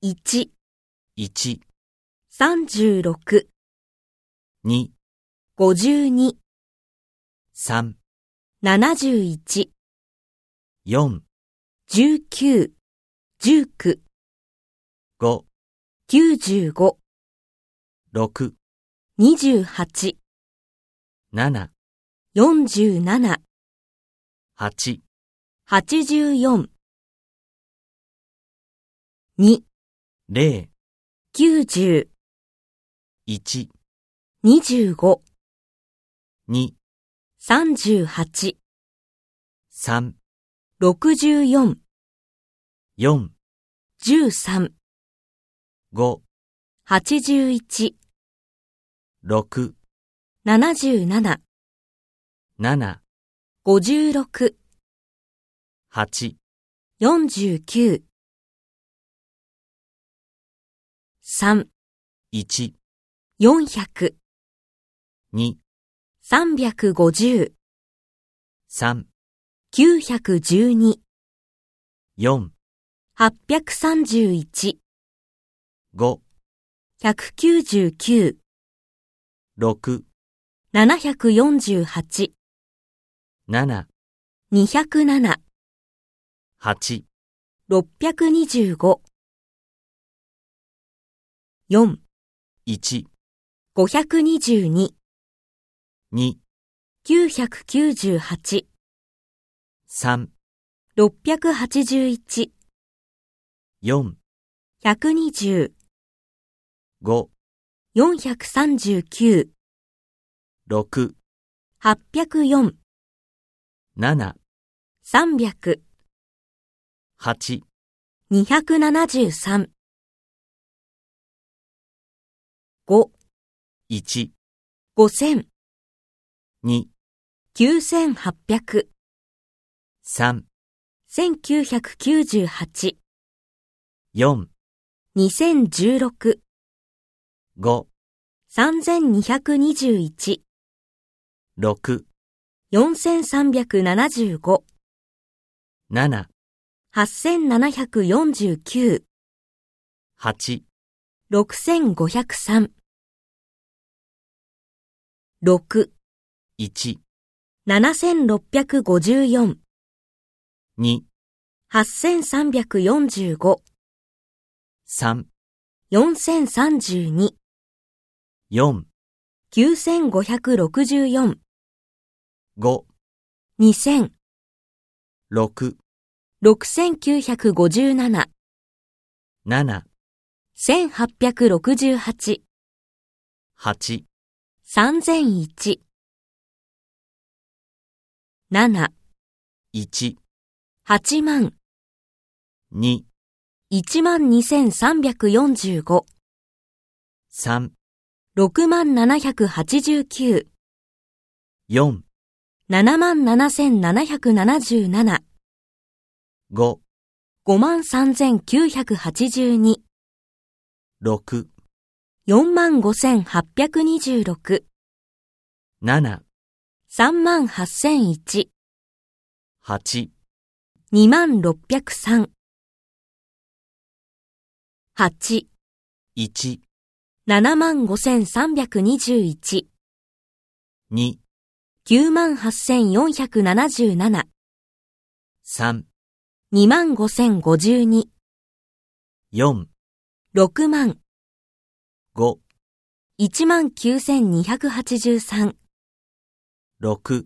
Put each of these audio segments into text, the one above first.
1、 1、 36、 2、 52、 3、 71、 4、 19、19、 5、 95、 6、 28、 7、 47、 8、 84、2、 0、 90、 1、 25、 2、 38、 3、 64、 4、 13、 5、 81、 6、 77、 7、 56、 8、 49、3、 1、 400、 2、 350、 3、 912、 4、 831、 5、 199、 6、 748、 7、 207、 8、 625、4、 1、 522、 2、 998、 3、 681、 4、 120、 5、 439、 6、 804、 7、 300、 8、 273。5、 1、 5000、 2、 9800、 3、 1998、 4、 2016、 5、 3221、 6、 4375、 7、 8749、 8、 6503。6、 1、 7654、 2、 8345、 3、 4032、 4、 9564、 5、 2000、 6、 6957、 7、 1868、 8、 3001、7、 1、 8万、 2、 1万2345、 3、 6万789、 4、 7万7777、 5、 5万3982、 6、 4万5826、 7、 3万8001、 8、 2万603。8、 1、 7万5321、 2、 9万8477、 3、 2万5052、 4、 6万、 5、 1万9283、 6、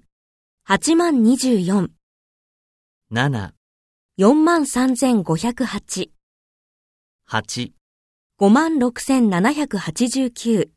8万24、 7、 4万3508、 8、 5万6789、